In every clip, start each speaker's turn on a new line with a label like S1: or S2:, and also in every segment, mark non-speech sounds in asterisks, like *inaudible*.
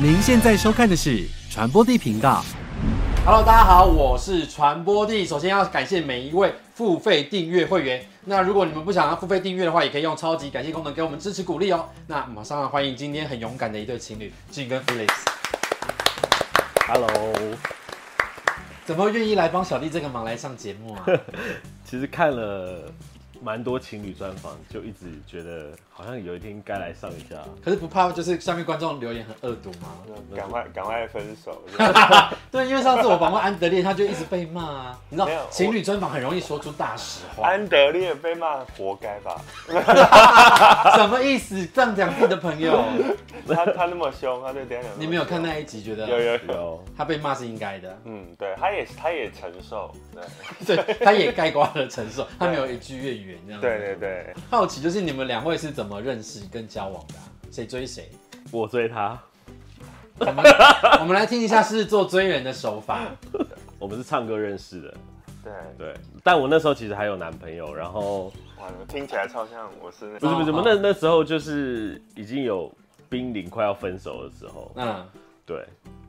S1: 您现在收看的是传播地频道。
S2: Hello，大家好，我是传播帝。首先要感谢每一位付费订阅会员。那如果你们不想要付费订阅的话，也可以用超级感谢功能给我们支持鼓励哦。那马上来欢迎今天很勇敢的一对情侣俊跟 Felix，
S3: Hello，
S2: 怎么愿意来帮小弟这个忙来上节目
S1: *laughs*
S2: 啊？
S3: 其实看了蛮多情侣专访，就一直觉得好像有一天该来上一下。
S2: 可是不怕就是下面观众留言很恶毒吗？
S4: 赶快赶快分手！
S2: 对，因为上次我访问安德烈，他就一直被骂啊。你知道
S4: 没有我
S2: 情侣专访很容易说出大实话，
S4: *laughs* 安德烈被骂活该吧？
S2: 什么意思？这样讲自己的朋友，
S4: 他他那么凶，他对别人
S2: 你没有看那一集，觉
S4: 有
S2: 得
S4: 有有，
S3: 有，
S2: 他被骂是应该
S4: *laughs*
S2: 的。
S4: 嗯，对，他也他也承受，对
S2: 对，他也盖棺了承受，他没有一句越远这样。
S4: 对对，对，
S2: 好奇就是你们两位是怎么认识跟交往的啊、谁追
S4: *laughs*
S2: 谁？
S3: 我追他，
S2: 我们我们来听一下狮子座追人的手法。
S3: 我们是唱歌认识的，
S4: 对
S2: 嗯
S4: 对，
S3: 对。但我那时候其实还有男朋友，然后
S4: 完了，听起来超像我是那
S3: 不是不是，
S2: 哦
S3: 那那时候就是已经有濒临快要分手的时候，
S2: 嗯，
S3: 对。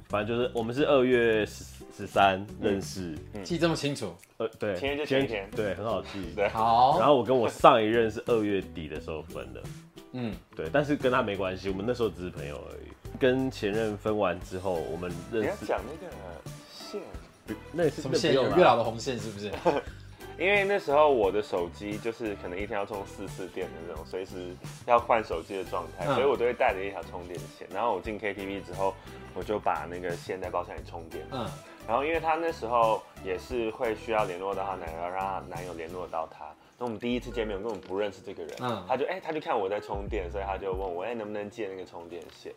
S3: 反正就是我们是二月十十三认识，
S2: 记这么清楚。
S3: 呃，对，
S4: 情人节前一天
S3: 对，很好
S2: 嗯
S3: 记。
S4: 对
S3: 然
S2: 好，
S3: 后我跟我上一任是二月底的时候分的，
S2: 嗯，
S3: 对，但是跟他没关系，我们那时候只是朋友而已。跟前任分完之后，我们
S4: 你
S3: 认
S4: 要
S3: 识，
S4: 讲那个线，
S3: 那也是
S2: 什么线？
S3: 那不
S2: 有
S3: 用啦
S2: 月老的红线是不是？
S4: 因为那时候我的手机就是可能一天要充四次电的那种，随时要换手机的状态，
S2: 嗯
S4: 所以我都会带着一条充电线。然后我进 KTV 之后，我就把那个线带包厢里充电。
S2: 嗯，
S4: 然后因为她那时候也是会需要联络到她男友，让她男友联络到她。那我们第一次见面，我根本不认识这个人，
S2: 嗯
S4: 她就哎、她就看我在充电，所以她就问我哎、能不能借那个充电线。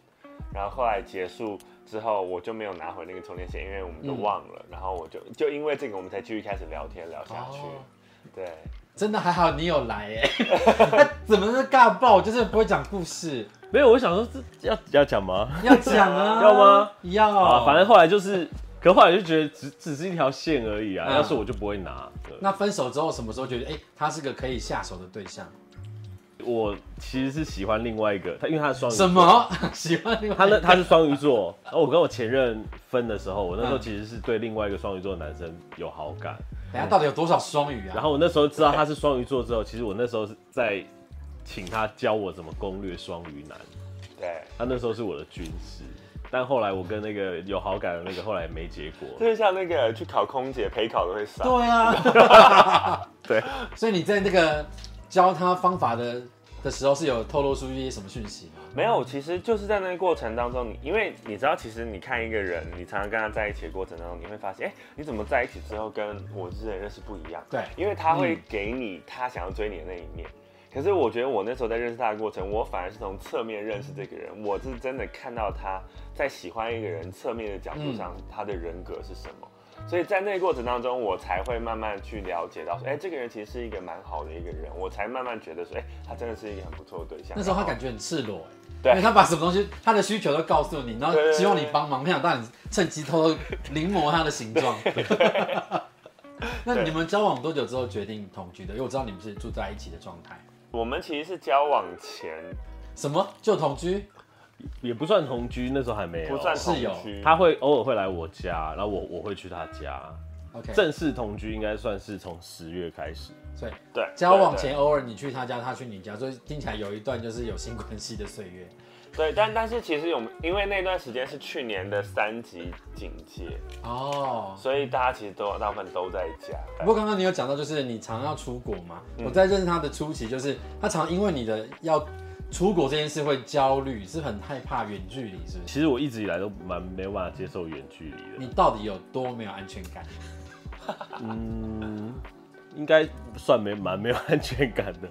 S4: 然后后来结束之后，我就没有拿回那个充电线，因为我们都
S2: 嗯
S4: 忘了。然后我就就因为这个，我们才继续开始聊天聊下去。
S2: 哦
S4: 对，
S2: 真的还好你有来哎、
S3: *laughs*
S2: 他怎么是尬爆？就是不会讲故事，
S3: 没有，我想说这 *laughs* 要要讲吗？
S2: 要讲啊？
S3: *laughs* 要吗？
S2: 要。
S3: 啊，反正后来就是，可后来就觉得只只是一条线而已啊，
S2: 嗯
S3: 要是我就不会拿。对
S2: 那分手之后什么时候觉得哎、他是个可以下手的对象？
S3: 我其实是喜欢另外一个他，因为他是双鱼座
S2: 什？么 *laughs* 喜欢另外一
S3: 他那
S2: 个
S3: 他是双鱼座，然后我跟我前任分的时候，我那时
S2: 嗯
S3: 候其实是对另外一个双鱼座的男生有好感，
S2: 等一下到底有多少双语啊？
S3: 然后我那时候知道他是双鱼座之后，其实我那时候是在请他教我怎么攻略双鱼男。
S4: 对，
S3: 他那时候是我的军师，但后来我跟那个有好感的那个后来没结果。
S4: 这就像那个去考空姐陪考都会上，
S2: 对啊，
S3: 对，
S2: *laughs* 所以你在那个教他方法的的时候，是有透露出一些什么讯息吗？
S4: 没有，其实就是在那个过程当中，你因为你知道，其实你看一个人，你常常跟他在一起的过程当中，你会发现，哎、你怎么在一起之后跟我之前认识不一样？
S2: 对
S4: 因为他
S2: 嗯
S4: 会给你他想要追你的那一面。可是我觉得我那时候在认识他的过程，我反而是从侧面认识这个人，我是真的看到他在喜欢一个人侧面的角
S2: 嗯
S4: 度上，他的人格是什么。所以在那个过程当中，我才会慢慢去了解到说，哎、这个人其实是一个蛮好的一个人，我才慢慢觉得说，哎、他真的是一个很不错的对象。
S2: 那时候他
S4: 然后
S2: 感觉很赤裸、欸，
S4: 对
S2: 因为他把什么东西，他的需求都告诉你，然后
S4: 对对对
S2: 希望你帮忙，没想到你趁机偷偷临摹他的形状。 *laughs* 那你们交往多久之后决定同居的？因为我知道你们是住在一起的状态。
S4: 我们其实是交往前
S2: 哦什么就同居？
S3: 也不算同居，那时候还没有。
S4: 不算同
S2: 室友
S4: 居，
S3: 他会偶尔会来我家，然后我我会去他家。
S2: OK，
S3: 正式同居应该算是从十月开始，
S2: 所以
S4: 对
S2: 交往
S4: 对
S2: 前偶尔你去他家，他去你家，所以听起来有一段就是有性关系的岁月。
S4: 对，但但是其实我们因为那段时间是去年的三级警戒，
S2: 哦，
S4: 所以大家其实都大部分都在家。
S2: 不过刚刚你有讲到，就是你常要出国嘛。
S3: 嗯
S2: 我在认识他的初期，就是他常因为你的要出国这件事会焦虑，是很害怕远距离，是不是？
S3: 其实我一直以来都蛮没有办法接受远距离
S2: 你
S3: 的，
S2: 到底有多没有安全感？
S3: 应该算没蛮没有安全感的。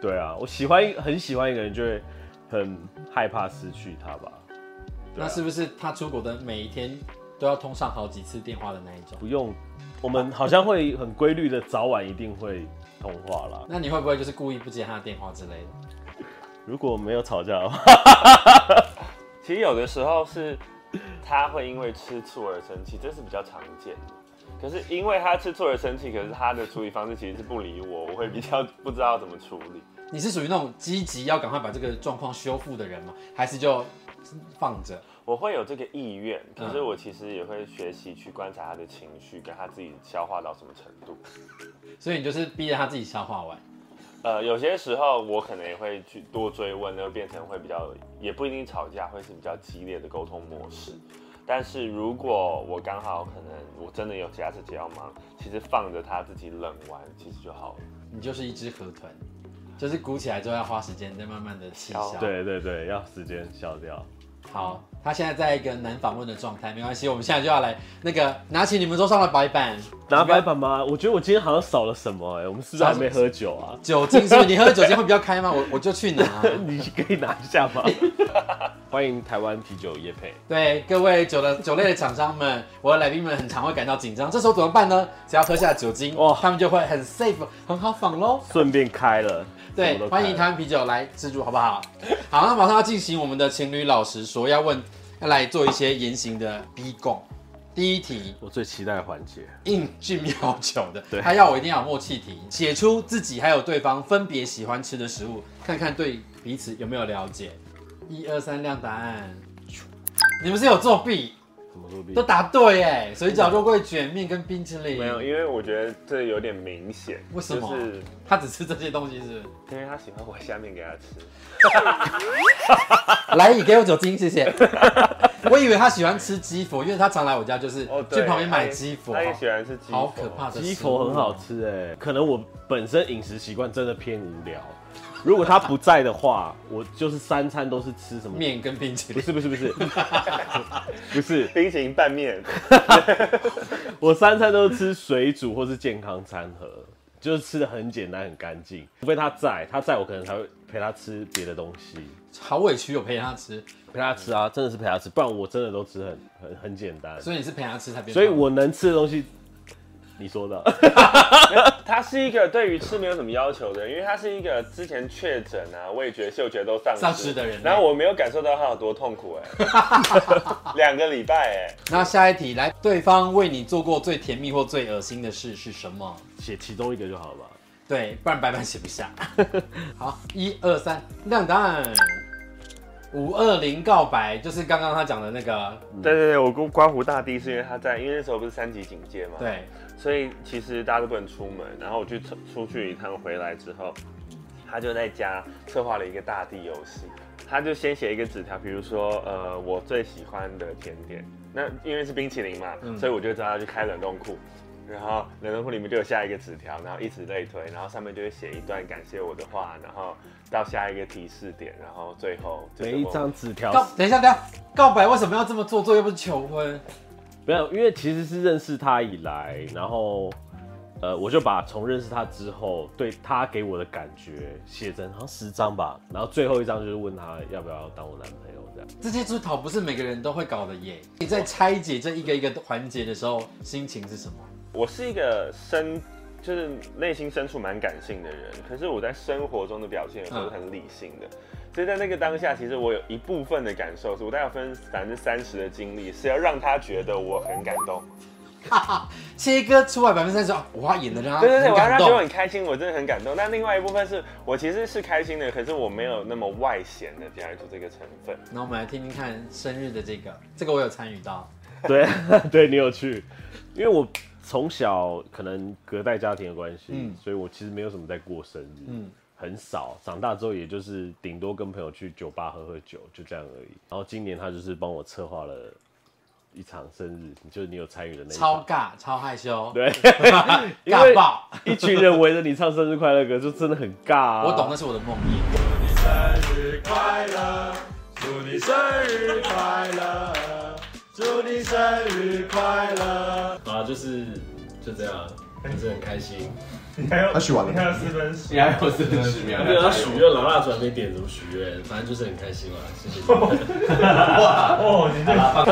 S3: 对啊，我喜欢一很喜欢一个人，就会很害怕失去他吧。对啊
S2: 那是不是他出国的每一天都要通上好几次电话的那一种？
S3: 不用，我们好像会很规律的，早晚一定会通话啦。
S2: 那你会不会就是故意不接他的电话之类的？
S3: 如果没有吵架的话，
S4: 其实有的时候是他会因为吃醋而生气，这是比较常见的。可是因为他吃醋而生气，可是他的处理方式其实是不理我，我会比较不知道怎么处理。
S2: 你是属于那种积极要赶快把这个状况修复的人吗？还是就放着？
S4: 我会有这个意愿，可是我其实也会学习去观察他的情绪，跟他自己消化到什么程度。
S2: 所以你就是逼着他自己消化完。
S4: 呃，有些时候我可能也会去多追问，那就变成会比较，也不一定吵架，会是比较激烈的沟通模式。但是如果我刚好可能我真的有其他事情要忙，其实放着他自己冷完，其实就好了。
S2: 你就是一只河豚，就是鼓起来之后要花时间，再慢慢的气消。
S3: 对对对，要时间消掉。
S2: 好，他现在在一个难访问的状态，没关系，我们现在就要来那个拿起你们桌上的白板，
S3: 拿白板吗？我觉得我今天好像少了什么哎、我们是不是还没喝酒 *laughs* 啊？
S2: 酒精是不是？你喝的酒精会比较开吗？我 *laughs* 我就去拿。
S3: 你可以拿一下 *laughs* 吗？欢迎台湾啤酒业配。
S2: 对各位酒的酒类的厂商们，我的来宾们很常会感到紧张，这时候怎么办呢？只要喝下酒精，
S3: 哇
S2: 哇，他们就会很 safe，很好访喽。
S3: 顺便开了，什
S2: 对
S3: 么都，开
S2: 欢迎台湾啤酒来自助，好不好？ *laughs* 好，那马上要进行我们的情侣老实说，要问要来做一些言行的逼供。第一题，
S3: 我最期待的环节，
S2: 应俊要求的
S3: 对，
S2: 他要我一定要有默契题，写出自己还有对方分别喜欢吃的食物，看看对彼此有没有了解。一二三，亮答案。你们是有作弊，
S3: 怎么作弊
S2: 都？答对哎！水饺、肉桂卷、面跟冰淇淋，
S4: 没有，因为我觉得这有点明显。
S2: 为什么
S4: 就是
S2: 他只吃这些东西是不是？
S4: 因为他喜欢我下面给他吃。
S2: 来，你给我酒精，谢 *laughs* 谢。我以为他喜欢吃鸡佛，因为他常来我家，就是
S4: 哦，对，
S2: 去旁边买
S4: 他也
S2: 鸡佛
S4: 他，也喜欢吃鸡。
S2: 好可怕！的食物。
S3: 鸡佛很好吃哎、可能我本身饮食习惯真的偏无 *laughs* 聊。如果他不在的话，我就是三餐都是吃什么？
S2: 面跟冰淇
S3: 不
S2: 淋，
S3: 是不是不 *laughs* 是不是，
S4: 冰淇淋拌面，
S3: 我三餐都是吃水煮或是健康餐盒，就是吃的很简单很干净。除非他在，他在我可能才会陪他吃别的东西，
S2: 好委屈，有陪他吃，
S3: 陪他吃啊，真的是陪他吃，不然我真的都吃很很很简单。
S2: 所以你是陪他吃才变胖。
S3: 所以我能吃的东西，你说的。
S4: 他是一个对于吃没有什么要求的人，因为他是一个之前确诊啊，味觉、嗅觉都丧
S2: 丧失的人
S4: 然后我没有感受到他有多痛苦
S2: *laughs*
S4: 哎、两个礼拜哎、
S2: 那下一题，来，对方为你做过最甜蜜或最恶心的事是什么？
S3: 写其中一个就好了吧。
S2: 对，不然白板写不下。好，一二三，亮答案。五二零告白就是刚刚他讲的那个，
S4: 对对对，我关关湖大堤是因为他在，因为那时候不是三级警戒嘛，，
S2: 对，
S4: 所以其实大家都不能出门。然后我去出出去一趟，回来之后，他就在家策划了一个大地游戏。他就先写一个纸条，比如说，呃，我最喜欢的甜点，那因为是冰淇淋嘛，
S3: 嗯
S4: 所以我就叫他去开冷冻库。然后冷冻库里面就有下一个纸条，然后一直类推，然后上面就会写一段感谢我的话，然后到下一个提示点，然后最后就是
S3: 每一
S4: 我
S3: 张纸条
S2: 告，，等一下，等一下，告白为什么要这么做作？又不是求婚，
S3: 没有，因为其实是认识他以来，然后，呃，我就把从认识他之后对他给我的感觉写成好像十张吧，然后最后一张就是问他要不要当我男朋友这样。
S2: 这些出逃不是每个人都会搞的耶。你在拆解这一个一个环节的时候，心情是什么？
S4: 我是一个深，就是内心深处蛮感性的人，可是我在生活中的表现有时候是很理性的，所以在那个当下，其实我有一部分的感受是，我大概有分百分之三十的精力是要让他觉得我很感动，
S2: 切割出来百分之三十，哇，演的让他
S4: 对对
S2: 啊
S4: 对，
S2: 很
S4: 我要
S2: 感
S4: 让他觉得
S2: 动。
S4: 很开心，我真的很感动。但另外一部分是我其实是开心的，可是我没有那么外显的表现出这个成分。
S2: 那我们来听听看生日的这个，这个我有参与到。
S3: 对， *laughs* 对你有去，因为我从小可能隔代家庭的关系，
S2: 嗯
S3: 所以我其实没有什么在过生日，
S2: 嗯
S3: 很少。长大之后，也就是顶多跟朋友去酒吧喝喝酒，就这样而已。然后今年他就是帮我策划了一场生日，就是你有参与的那一
S2: 超
S3: 场。
S2: 尬，超害羞， *laughs*
S3: 对，因
S2: 尬
S3: 为
S2: 爆！
S4: 啊
S3: 一群人围着你唱生日快乐歌，就真的很尬、啊。
S2: 我懂，那是我的梦魇。
S3: 啊，就是就这样，还是很开心。
S5: 他许完了啊吗？
S3: 你还有四十
S2: *laughs*
S3: 秒，
S2: 啊
S3: 对，要许愿，老大准备点什么许愿，反正就是很开心啦。谢谢你。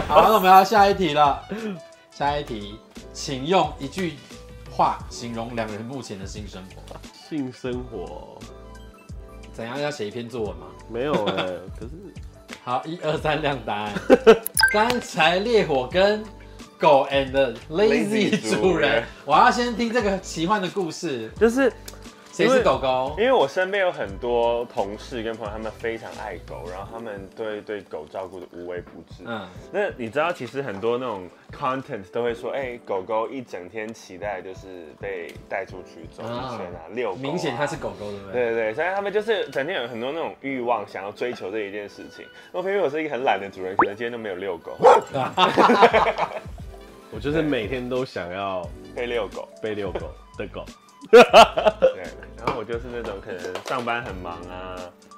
S2: 好，那我们要下一题了。下一题，请用一句话形容两人目前的性生活。
S3: *laughs* 性生活
S2: 怎样？要写一篇作文吗？
S3: 没有哎、可是
S2: 好，一二三，亮答案。干柴烈火跟狗 and the lazy
S4: Lazy
S2: 主
S4: 主
S2: 人
S4: 人，
S2: 我要先听这个奇幻的故事。
S3: 就是
S2: 谁是狗狗？
S4: 因为我身边有很多同事跟朋友，他们非常爱狗，然后他们对对狗照顾的无微不至。嗯，
S2: 嗯，
S4: 那你知道其实很多那种 content 都会说，哎、狗狗一整天期待就是被带出去走一圈啊，遛狗啊、
S2: 明显它是狗狗，对不对？
S4: 对对对，所以他们就是整天有很多那种欲望，想要追求这一件事情。那偏偏我是一个很懒的主人，可能今天都没有遛狗， *laughs*
S3: 我就是每天都想要
S4: 被遛狗。
S3: 被遛狗的狗。
S4: 对，然后我就是那种可能上班很忙啊，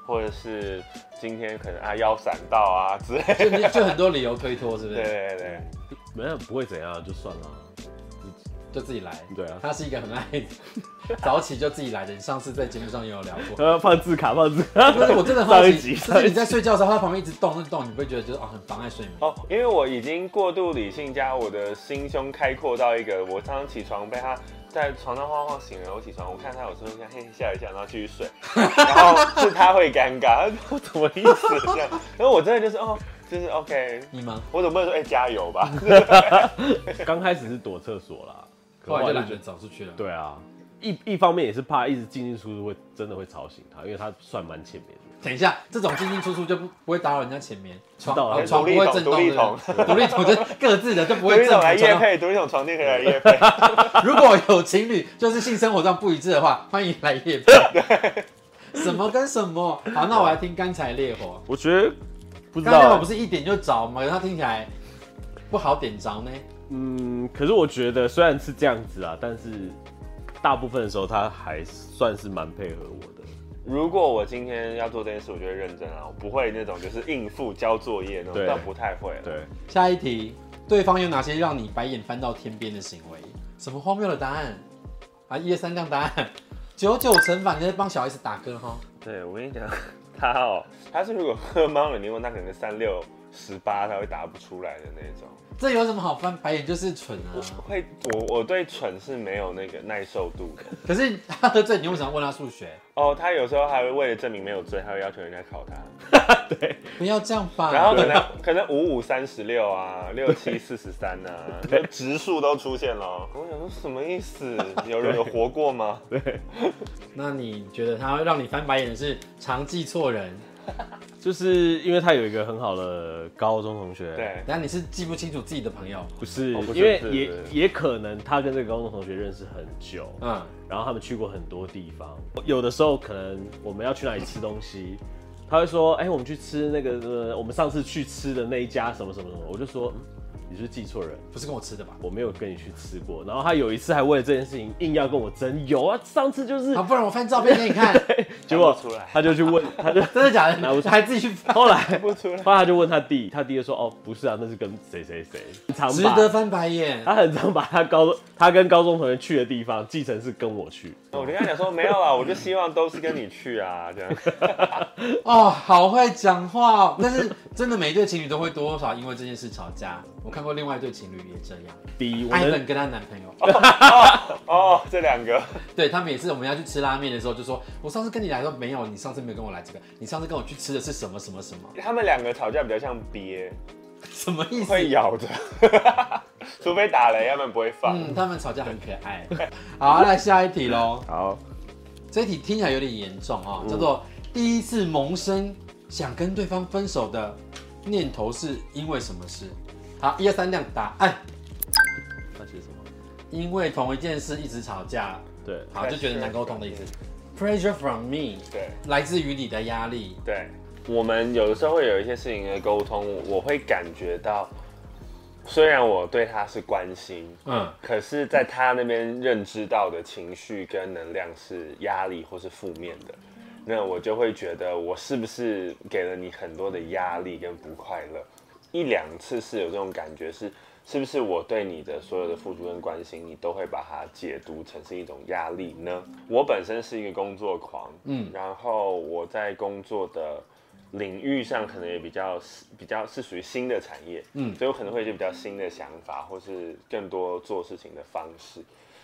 S4: 或者是今天可能啊腰闪到啊之类的。
S2: 就就很多理由推脱，是不
S4: 对
S2: 是？
S4: 对对，
S3: 没有不会怎样，啊就算了。
S2: 就自己来。
S3: 对啊
S2: 它是一个很爱早起就自己来的。你上次在节目上也有聊
S3: *laughs*
S2: 过。
S3: 呃，放字卡，放字卡。
S2: 不是，我真的好
S3: *laughs* 上
S2: 奇，就
S3: 一集，
S2: 是
S3: 上一
S2: 你
S3: 集
S2: 在睡觉的时候，它旁边一直动，一直动，你不会觉得就是啊很妨碍睡眠？
S4: 哦，因为我已经过度理性加我的心胸开阔到一个，我常常起床被他在床上晃晃醒了，我起床我看他有时候这样嘿嘿笑一笑，然后继续睡，然后是他会尴尬，我怎么意思这样？然后我真的就是哦，就是 OK，
S2: 你吗？
S4: 我总不能说哎、加油吧？
S3: 刚开始是躲厕所啦，可
S2: 后来就懒
S3: 觉
S2: 得
S3: 得
S2: 走出去了。
S3: 对啊，一一方面也是怕一直进进出出会真的会吵醒他，因为他算蛮浅眠的。
S2: 等一下，这种进进出出就不不会打扰人家前面床，
S3: 道了
S2: 哦床不会震动，
S4: 独立桶
S2: 对不对独立桶就各自的就不
S4: 独
S2: 会
S4: 立
S2: 震
S4: 桶来
S2: 动
S4: 夜
S2: 床。
S4: 配，独立桶床垫可以来夜配。
S2: 如果有情侣就是性生活上不一致的话，欢迎来夜
S4: *laughs*
S2: 配。什么跟什么？好，那我来听《干柴烈火
S3: 我觉得不》。知
S2: 刚才我
S3: 道
S2: 不，是一点就着吗？它听起来不好点着呢。
S3: 嗯，可是我觉得虽然是这样子啊，但是大部分的时候他还算是蛮配合我的。
S4: 如果我今天要做这件事，我就会认真啊，我不会那种就是应付交作业那种，
S3: 对
S4: 倒不太会了。啊
S3: 对，
S2: 下一题，对方有哪些让你白眼翻到天边的行为？什么荒谬的答案？啊，一二三这样答案，九九乘法，你在帮小 S 打歌哈？
S4: 对，我跟你讲，他哦，他是如果喝猫了，你问他可能三六十八，他会答不出来的那种。
S2: 这有什么好翻白眼？就是蠢啊！
S4: 会，我我对蠢是没有那个耐受度的。
S2: 可是他喝醉，你为什么要问他数学？
S4: 哦，他有时候还会为了证明没有醉，还会要求人家考他。
S2: 不要这样吧。
S4: 然后可能可能五五三十六啊，六七四十三啊，就植树都出现了。我想说什么意思？有人有活过吗？
S2: 那你觉得他会让你翻白眼的是常记错人？
S3: 就是因为他有一个很好的高中同学，，
S4: 对，
S2: 但你是记不清楚自己的朋友，
S3: 不是，
S4: 哦不是
S3: 因为
S4: 不是
S3: 也
S4: 不是
S3: 也可能他跟这个高中同学认识很久，
S2: 嗯，
S3: 然后他们去过很多地方，有的时候可能我们要去哪里吃东西，他会说，哎、我们去吃那个、呃，我们上次去吃的那一家什么什么什么，我就说，嗯，你是不是记错人，
S2: 不是跟我吃的吧？
S3: 我没有跟你去吃过。然后他有一次还为了这件事情硬要跟我争，有啊，上次就是
S2: 好，，不然我翻照片给你看，
S3: 结果
S4: 讲不出来
S3: 他就去问，他就
S2: *laughs* 真的假
S3: *laughs* 拿不
S2: 的？
S3: 出
S2: 还自己去翻，
S3: 后来
S4: 不出来。
S3: 后来他就问他弟，他弟就说，哦，不是啊，那是跟谁谁谁，很常
S2: 值
S3: 把
S2: 得翻白眼。
S3: 他很常把他高中他跟高中同学去的地方继承是跟我去，
S4: 我就跟他讲说没有啊啦，我就希望都是跟你去啊，这样。
S2: 哦，好会讲话哦！但是真的每一对情侣都会多少因为这件事吵架。我看过另外一对情侣也这样，
S3: 第一我
S2: 艾
S3: 能
S2: 粉跟她男朋友，
S4: 哦，这两个。
S2: 对他们也是我们要去吃拉面的时候就说，我上次跟你来说没有，你上次没有跟我来这个，你上次跟我去吃的是什么什么什么，
S4: 他们两个吵架比较像憋，
S2: 什么意思？
S4: 会咬着， *laughs* 除非打雷，要不然不会放。
S2: 嗯，他们吵架很可爱。好，那下一题喽。
S3: 好，
S2: 这一题听起来有点严重啊、叫做第一次萌生想跟对方分手的念头是因为什么事？好，一二三，亮答案。
S3: 他写什么？
S2: 因为同一件事一直吵架，
S3: 对，
S2: 好就觉得难沟通的意思。Pressure from me，
S4: 对
S2: 来自于你的压力。
S4: 对，我们有的时候会有一些事情的沟通，我会感觉到，虽然我对他是关心，
S2: 嗯，
S4: 可是在他那边认知到的情绪跟能量是压力或是负面的，那我就会觉得我是不是给了你很多的压力跟不快乐？一两次是有这种感觉是，是不是我对你的所有的付出跟关心，你都会把它解读成是一种压力呢？我本身是一个工作狂，
S2: 嗯
S4: 嗯，然后我在工作的领域上可能也比较比较是属于新的产业，
S2: 嗯
S4: 嗯，所以我可能会有一些比较新的想法，或是更多做事情的方式。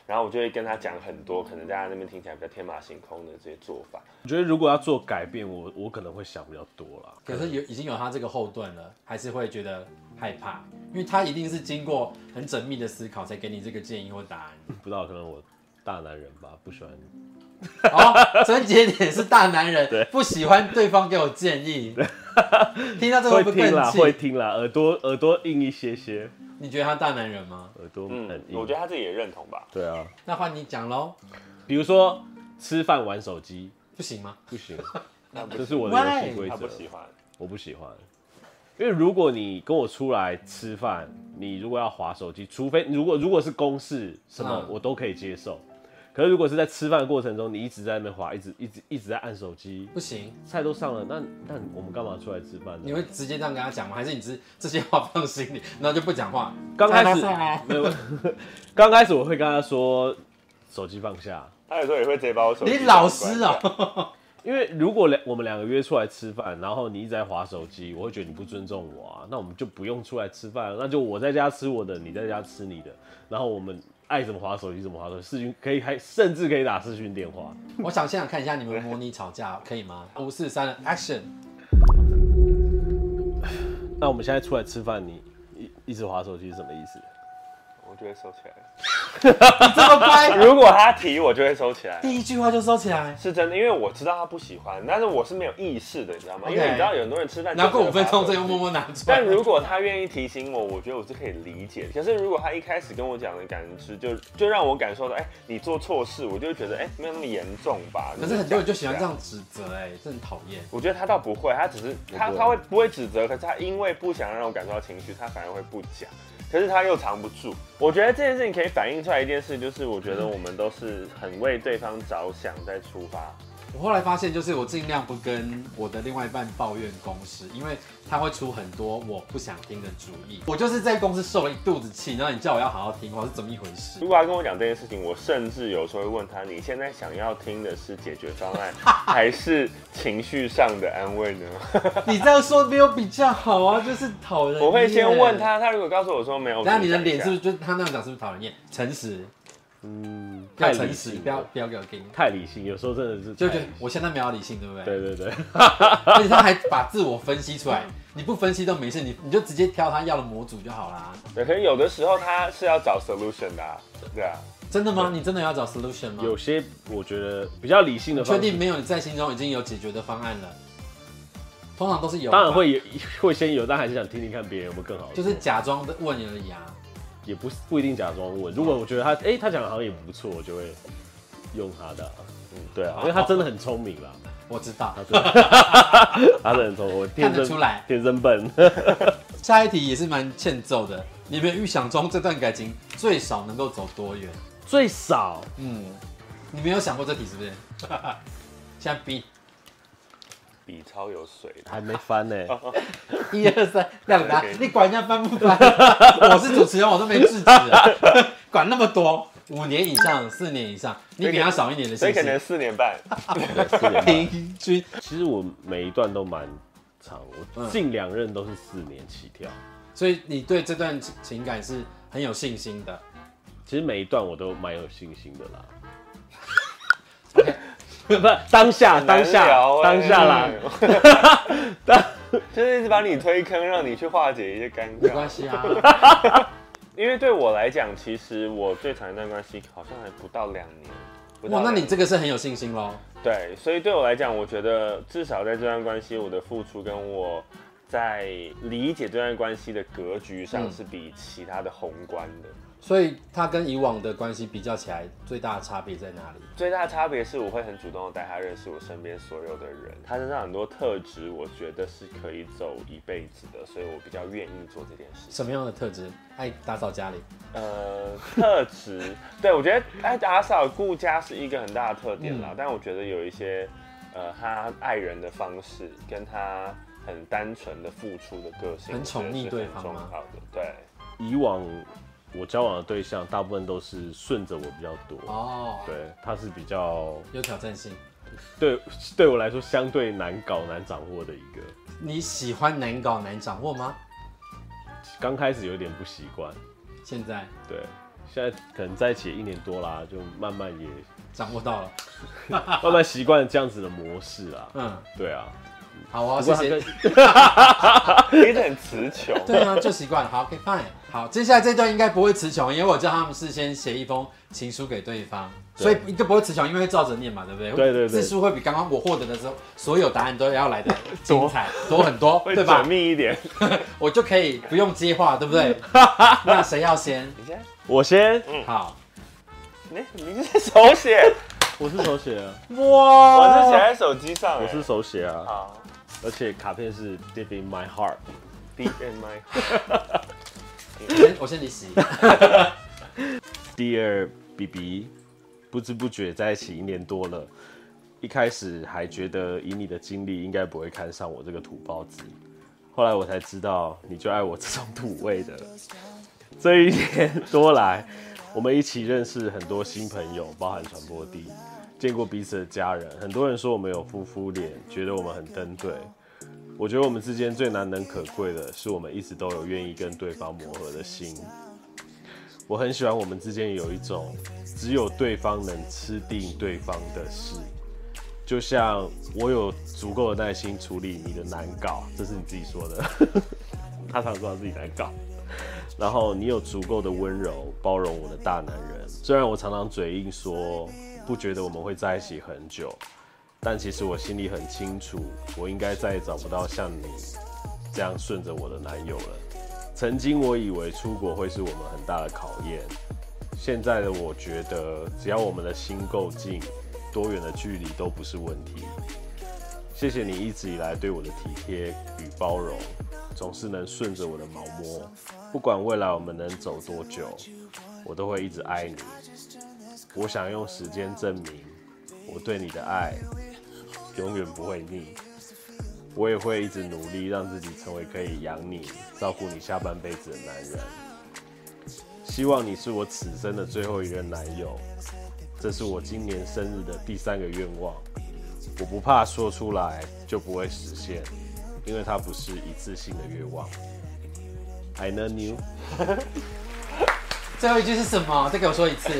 S4: 然后我就会跟他讲很多可能大家那边听起来比较天马行空的这些做法，
S3: 我觉得如果要做改变，我我可能会想比较多啦。
S2: 可是有已经有他这个后盾了，还是会觉得害怕，因为他一定是经过很缜密的思考才给你这个建议或答案。
S3: 不知道，可能我大男人吧，不喜欢
S2: 好，症结哦点是大男
S3: 对
S2: 人，不喜欢对方给我建议，听到这个会
S3: 会
S2: 不会
S3: 听啦，
S2: 更
S3: 会
S2: 气？
S3: 听啦，耳朵耳朵硬一些些，
S2: 你觉得他大男人吗？
S3: 耳朵很
S4: 嗯
S3: 硬。，
S4: 我觉得他自己也认同吧。
S3: 对啊，
S2: 那换你讲喽，
S3: 比如说吃饭玩手机
S2: 不行吗？*laughs*
S3: 不行，
S4: 那不
S3: 这是我的游戏
S2: Why？
S3: 规
S4: 他不
S3: 则，
S4: 喜欢，
S3: 我不喜欢。因为如果你跟我出来吃饭，你如果要划手机，除非如果如果是公事什么，
S2: 嗯
S3: 我都可以接受。可是如果是在吃饭的过程中，你一直在那边划，一直一直一直在按手机，
S2: 不行，
S3: 菜都上了，那那我们干嘛出来吃饭
S2: 你
S3: 呢？
S2: 会直接这样跟他讲吗？还是你只是这些话放心里，然后就不讲话？
S3: 刚开始
S2: 算了算了
S3: 没有， *laughs* 刚开始我会跟他说手机放下，
S4: 他有时候也会直接把我手机
S2: 你
S4: 关掉。
S2: 老实啊、
S3: 因为如果两我们两个约出来吃饭，然后你一直在划手机，我会觉得你不尊重我啊，那我们就不用出来吃饭了，那就我在家吃我的，你在家吃你的，然后我们爱怎么划手机怎么划手机，视讯可以还甚至可以打视讯电话，
S2: 我想现场看一下你们模拟吵架，可以吗？五四三，Action！
S3: 那我们现在出来吃饭，你一一直划手机是什么意思？
S4: 我就会收起来。
S2: 这么乖，
S4: *laughs* 如果他提，我就会收起来。
S2: 第一句话就收起来，
S4: 是真的，因为我知道他不喜欢，但是我是没有意识的，你知道吗
S2: OK
S4: 因为你知道有很多人吃饭，
S2: 然后过五分钟再又默。默拿出来
S4: *laughs* 但。如果他愿意提醒我，我觉得我是可以理解。可是如果他一开始跟我讲的感知，就就让我感受到，哎、你做错事，我就会觉得，哎、没有那么严重吧。
S2: 可是很多人就喜欢这样指责、哎，这很讨厌。
S4: 我觉得他倒不会，他只是他他会不会指责，可是他因为不想让我感受到情绪，他反而会不讲。可是他又藏不住。我觉得这件事情可以反映出来一件事，就是我觉得我们都是很为对方着想在出发。
S2: 我后来发现，就是我尽量不跟我的另外一半抱怨公司，因为他会出很多我不想听的主意。我就是在公司受了一肚子气，然后你叫我要好好听话，是怎么一回事
S4: *laughs* 如？果他跟我讲这件事情，我甚至有时候会问他：你现在想要听的是解决方
S2: *laughs*
S4: 案，还是情绪上的安慰呢？
S2: 你这样说没有比较好啊，就是讨人厌。
S4: 我会先问，他，他如果告诉我说没有，
S2: 那
S4: 我
S2: 你
S4: 只
S2: 的
S4: 想一
S2: 脸
S4: 下
S2: 是不是就是他那样讲是不是讨人厌？诚实，
S3: 嗯，
S2: 不要
S3: 理
S2: 诚实，
S3: 性了，
S2: 不要不要给我给你。
S3: 太理性，有时候真的是
S2: 就
S3: 太
S2: 觉得
S3: 理性
S2: 我现在没有理性，对不对？
S3: 对对对，
S2: *laughs*
S3: *laughs*
S2: 而且他还把自我分析出来，你不分析都没事，你你就直接挑他要的模组就好啦。
S4: 对？可是有的时候他是要找 solution 的、啊，对啊。
S2: 真的吗？你真的要找 solution 吗？
S3: 有些我觉得比较理性的
S2: 确
S3: 方式
S2: 定没有？你在心中已经有解决的方案了？通常都是有，
S3: 当然，会有会先有，但还是想听听看别人有没有更好的
S2: 就
S3: 做法。
S2: 是假装的问而已啊。
S3: 也不是不一定假装问。如果我觉得他，哎、他讲的好像也不错，我就会用他的啊、嗯，对啊，因为他真的很聪明
S2: *laughs*
S3: 啦，
S2: 我知道
S3: 他。真的，他真的很聪明，我天
S2: 看
S3: 生
S2: 得出来
S3: 天生笨。
S2: 下一题也是蛮欠揍的，你们预想中这段感情最少能够走多远？
S3: 最少
S2: 嗯，你没有想过这题是不 *laughs* 是？现在 B
S4: 笔超有水的，
S2: 啊
S3: 还没翻呢、
S2: *laughs* 一二三，亮答
S4: OK，
S2: 你管人家翻不翻？ *laughs* 我是主持人，我都没制止，啊 *laughs* 管那么多，五年以上，四年以上，你比他少一年的
S4: 所
S2: 信
S4: 以可能
S2: 息，
S4: 四年半。
S3: 对四年半
S2: 平均
S3: 其实我每一段都蛮长，我
S2: 嗯
S3: 近两任都是四年起跳。
S2: 所以你对这段情情感是很有信心的。
S3: 其实每一段我都蛮有信心的啦。
S2: *laughs*
S3: *laughs* 不当下当
S4: 很难
S3: 下
S4: 聊欸
S3: 当下啦，，
S4: *laughs*
S3: 当
S4: 就是一直把你推坑，让你去化解一些尴
S2: 没
S4: 尬
S2: 关。系啊，
S4: 因为对我来讲，其实我最长一段关系好像还不到两年。不到
S2: 哇，那
S4: 两
S2: 你
S4: 年
S2: 这个是很有信心喽。
S4: 对，所以对我来讲，我觉得至少在这段关系，我的付出跟我在理解这段关系的格局上
S2: 嗯
S4: 是比其他的宏观的。
S2: 所以他跟以往的关系比较起来，最大的差别在哪里？
S4: 最大的差别是，我会很主动的带他认识我身边所有的人，他身上很多特质，我觉得是可以走一辈子的，所以我比较愿意做这件事情。
S2: 什么样的特质？爱打扫家里，
S4: 呃，特质，对我觉得爱打扫顾家是一个很大的特点
S2: 嗯
S4: 啦，但我觉得有一些，呃，他爱人的方式跟他很单纯的付出的个性，
S2: 很宠溺
S4: 我觉得是
S2: 对
S4: 很
S2: 方
S4: 重
S2: 吗
S4: 要的，对。
S2: 嗯
S3: 以往我交往的对象大部分都是顺着我比较多，
S2: 哦，
S3: 对，他是比较
S2: 有挑战性。
S3: 对对我来说相对难搞、难掌握的一个。
S2: 你喜欢难搞难掌握吗？
S3: 刚开始有点不习惯，
S2: 现在
S3: 对，现在可能在一起也一年多啦，就慢慢
S2: *laughs*
S3: 也
S2: 掌握到了，
S3: 慢慢习惯这样子的模式啦。
S2: 嗯，
S3: 对啊，
S2: 好啊，
S3: 不
S2: 谢
S3: 过他
S2: 谢
S3: 跟。
S4: 你一直很词穷，
S2: 对啊，就习惯了。好，OK，fine、好，接下来这段应该不会词穷，因为我知道他们是先写一封情书给对方，
S3: 对
S2: 所以应该不会词穷，因为会照着念嘛，对不对？
S3: 对对对
S2: 字数会比刚刚我获得的时候所有答案都要来
S3: *laughs*
S2: 的精彩多很多，
S4: 会
S2: 对吧嗯
S4: 缜？密一点。
S2: *laughs* 我就可以不用接话，对不
S3: *laughs*
S2: 对？那谁要先？
S4: 你先，
S3: 我先，
S2: 好，
S4: 你你是手写，
S3: 我是手写啊，
S2: 哇
S4: 我是写在手机上、欸。
S2: 嗯
S3: 我是手写啊，
S4: 好
S3: 而且卡片是 Deep in My Heart。
S4: ，D N I。
S2: 先我先离席。
S3: Dear B B，不知不觉在一起一年多了，一开始还觉得以你的经历应该不会看上我这个土包子，后来我才知道你就爱我这种土味的。这一年多来，我们一起认识很多新朋友，包含传播地，见过彼此的家人。很多人说我们有夫妇脸，觉得我们很登对。我觉得我们之间最难能可贵的是，我们一直都有愿意跟对方磨合的心。我很喜欢我们之间有一种只有对方能吃定对方的事，就像我有足够的耐心处理你的难搞，这是你自己说的，他常说他自己难搞。然后你有足够的温柔包容我的大男人，虽然我常常嘴硬说不觉得我们会在一起很久，但其实我心里很清楚，我应该再也找不到像你这样顺着我的男友了。曾经我以为出国会是我们很大的考验，现在的我觉得，只要我们的心够近，多远的距离都不是问题。谢谢你一直以来对我的体贴与包容，总是能顺着我的毛摸，不管未来我们能走多久，我都会一直爱你。我想用时间证明，我对你的爱永远不会腻。我也会一直努力让自己成为可以养你、照顾你下半辈子的男人。希望你是我此生的最后一任男友，这是我今年生日的第三个愿望。我不怕说出来就不会实现，因为它不是一次性的愿望。I love you，
S2: 最后一句是什么？再给我说一次。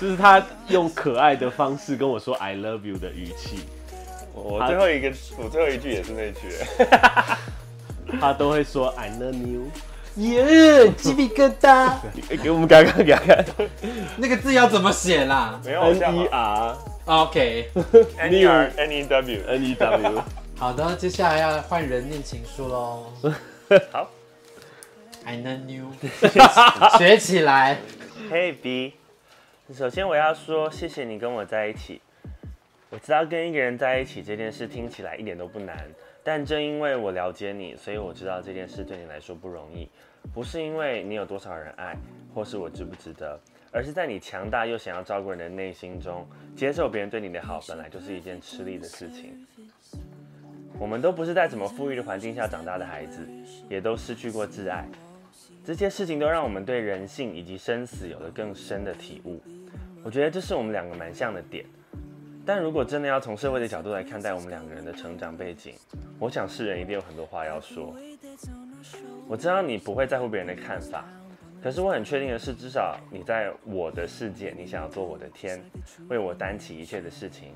S3: 就是他用可爱的方式跟我说 I love you 的语气，
S4: *laughs* 我最后一个，我最后一句也是那句、欸。
S3: 他都会说 I love you。
S2: 耶，鸡皮疙瘩。
S3: 欸 *laughs* 给我们看看，给他看
S2: 那个字要怎么写啦
S4: 没有我下
S3: ，N
S4: 吧
S3: E R
S2: ？OK，
S4: N E R N E W。
S3: N E W。
S2: 好的，接下来要换人念情书喽。
S4: 好
S2: ，I know
S3: *laughs*
S2: you，学起来。
S4: ，Hey B，首先我要说谢谢你跟我在一起。我知道跟一个人在一起这件事听起来一点都不难，但正因为我了解你，所以我知道这件事对你来说不容易。不是因为你有多少人爱，或是我值不值得，而是在你强大又想要照顾人的内心中，接受别人对你的好，本来就是一件吃力的事情。我们都不是在怎么富裕的环境下长大的孩子，也都失去过挚爱。这些事情都让我们对人性以及生死有了更深的体悟。我觉得这是我们两个蛮像的点。但如果真的要从社会的角度来看待我们两个人的成长背景，我想世人一定有很多话要说。我知道你不会在乎别人的看法，可是我很确定的是，至少你在我的世界，你想要做我的天，为我担起一切的事情。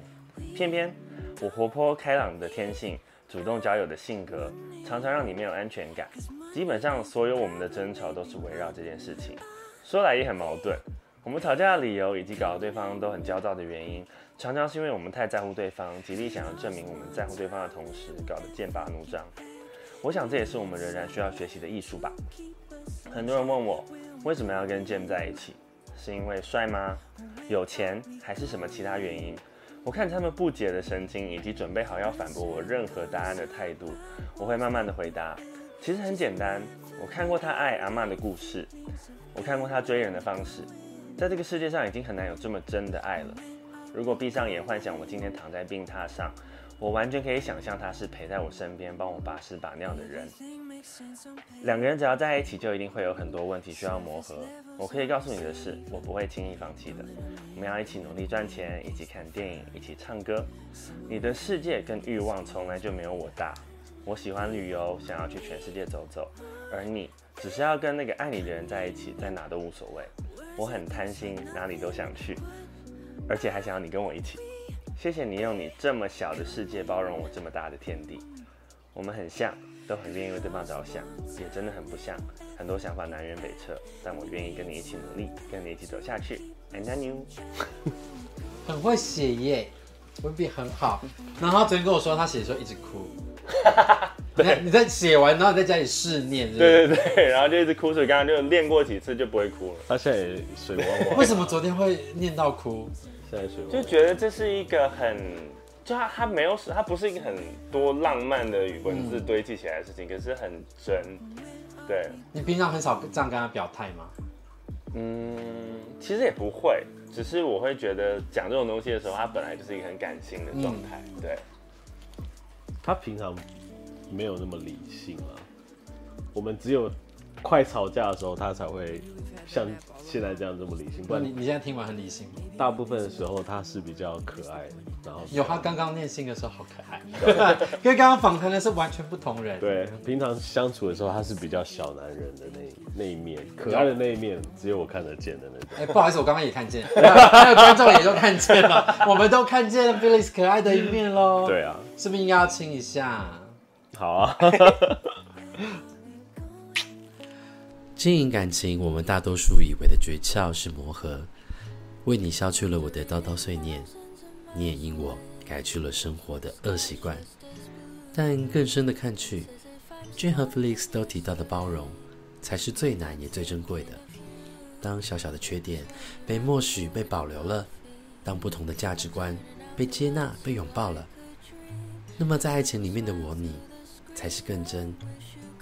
S4: 偏偏我活泼开朗的天性，主动交友的性格，常常让你没有安全感。基本上所有我们的争吵都是围绕这件事情。说来也很矛盾，我们吵架的理由以及搞得对方都很焦躁的原因，常常是因为我们太在乎对方，极力想要证明我们在乎对方的同时，搞得剑拔弩张。我想这也是我们仍然需要学习的艺术吧。很多人问我为什么要跟 Jim 在一起，是因为帅吗？有钱还是什么其他原因？我看他们不解的神情，以及准备好要反驳我任何答案的态度，我会慢慢的回答。其实很简单，我看过他爱阿嬷的故事，我看过他追人的方式，在这个世界上已经很难有这么真的爱了。如果闭上眼幻想我今天躺在病榻上，我完全可以想象他是陪在我身边帮我把屎把尿的人。两个人只要在一起，就一定会有很多问题需要磨合。我可以告诉你的是，我不会轻易放弃的。我们要一起努力赚钱，一起看电影，一起唱歌。你的世界跟欲望从来就没有我大。我喜欢旅游，想要去全世界走走，而你只是要跟那个爱你的人在一起，在哪都无所谓。我很贪心，哪里都想去，而且还想要你跟我一起。谢谢你用你这么小的世界包容我这么大的天地，我们很像，都很愿意为对方着想，也真的很不像，很多想法南辕北辙，但我愿意跟你一起努力，跟你一起走下去。I love you。
S2: 很会写耶，文笔很好。然后他昨天跟我说，他写的时候一直
S3: *laughs*
S2: 哭。对，你在写完，然后你在家里试念，是不是
S4: 对对对，然后就一直哭，所以刚刚就练过几次就不会哭了。
S3: 他现在也水汪汪，
S2: 为什么昨天会念到哭？
S3: 现在水汪
S4: 就
S3: 汪？
S4: 觉得这是一个很，就它它没有什，它不是一个很多浪漫的文字堆积起来的事情，可是很真，对，
S2: 你平常很少这样跟他表态吗？
S4: 嗯，其实也不会，只是我会觉得讲这种东西的时候，它本来就是一个很感性的状态，对，
S3: 他平常没有那么理性啊，我们只有快吵架的时候，他才会像现在这样这么理性，不嗯
S2: 那你
S3: 然
S2: 你现在听完很理性吗？
S3: 大部分的时候他是比较可爱，然后
S2: 有，他刚刚念信的时候好可爱，
S3: *laughs*
S2: 跟刚刚访谈的是完全不同人。
S3: 对，平常相处的时候他是比较小男人的那那一面，可爱的那一面只有我看得见的那种。
S2: 哎、不好意思，我刚刚也看见，还有观众也都看见
S3: *laughs*
S2: 了，我们都看见了 Felix 可爱的一面喽。
S3: 对，啊，
S2: 是不是应该要亲一下？
S3: 好啊，
S5: 经营感情，我们大多数以为的诀窍是磨合。为你消去了我的叨叨碎念，你也因我改去了生活的恶习惯。但更深的看去，Jane 和 Felix 都提到的包容，才是最难也最珍贵的。当小小的缺点被默许、被保留了，当不同的价值观被接纳、被拥抱了，那么在爱情里面的我你，才是更真、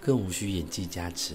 S5: 更无需演技加持。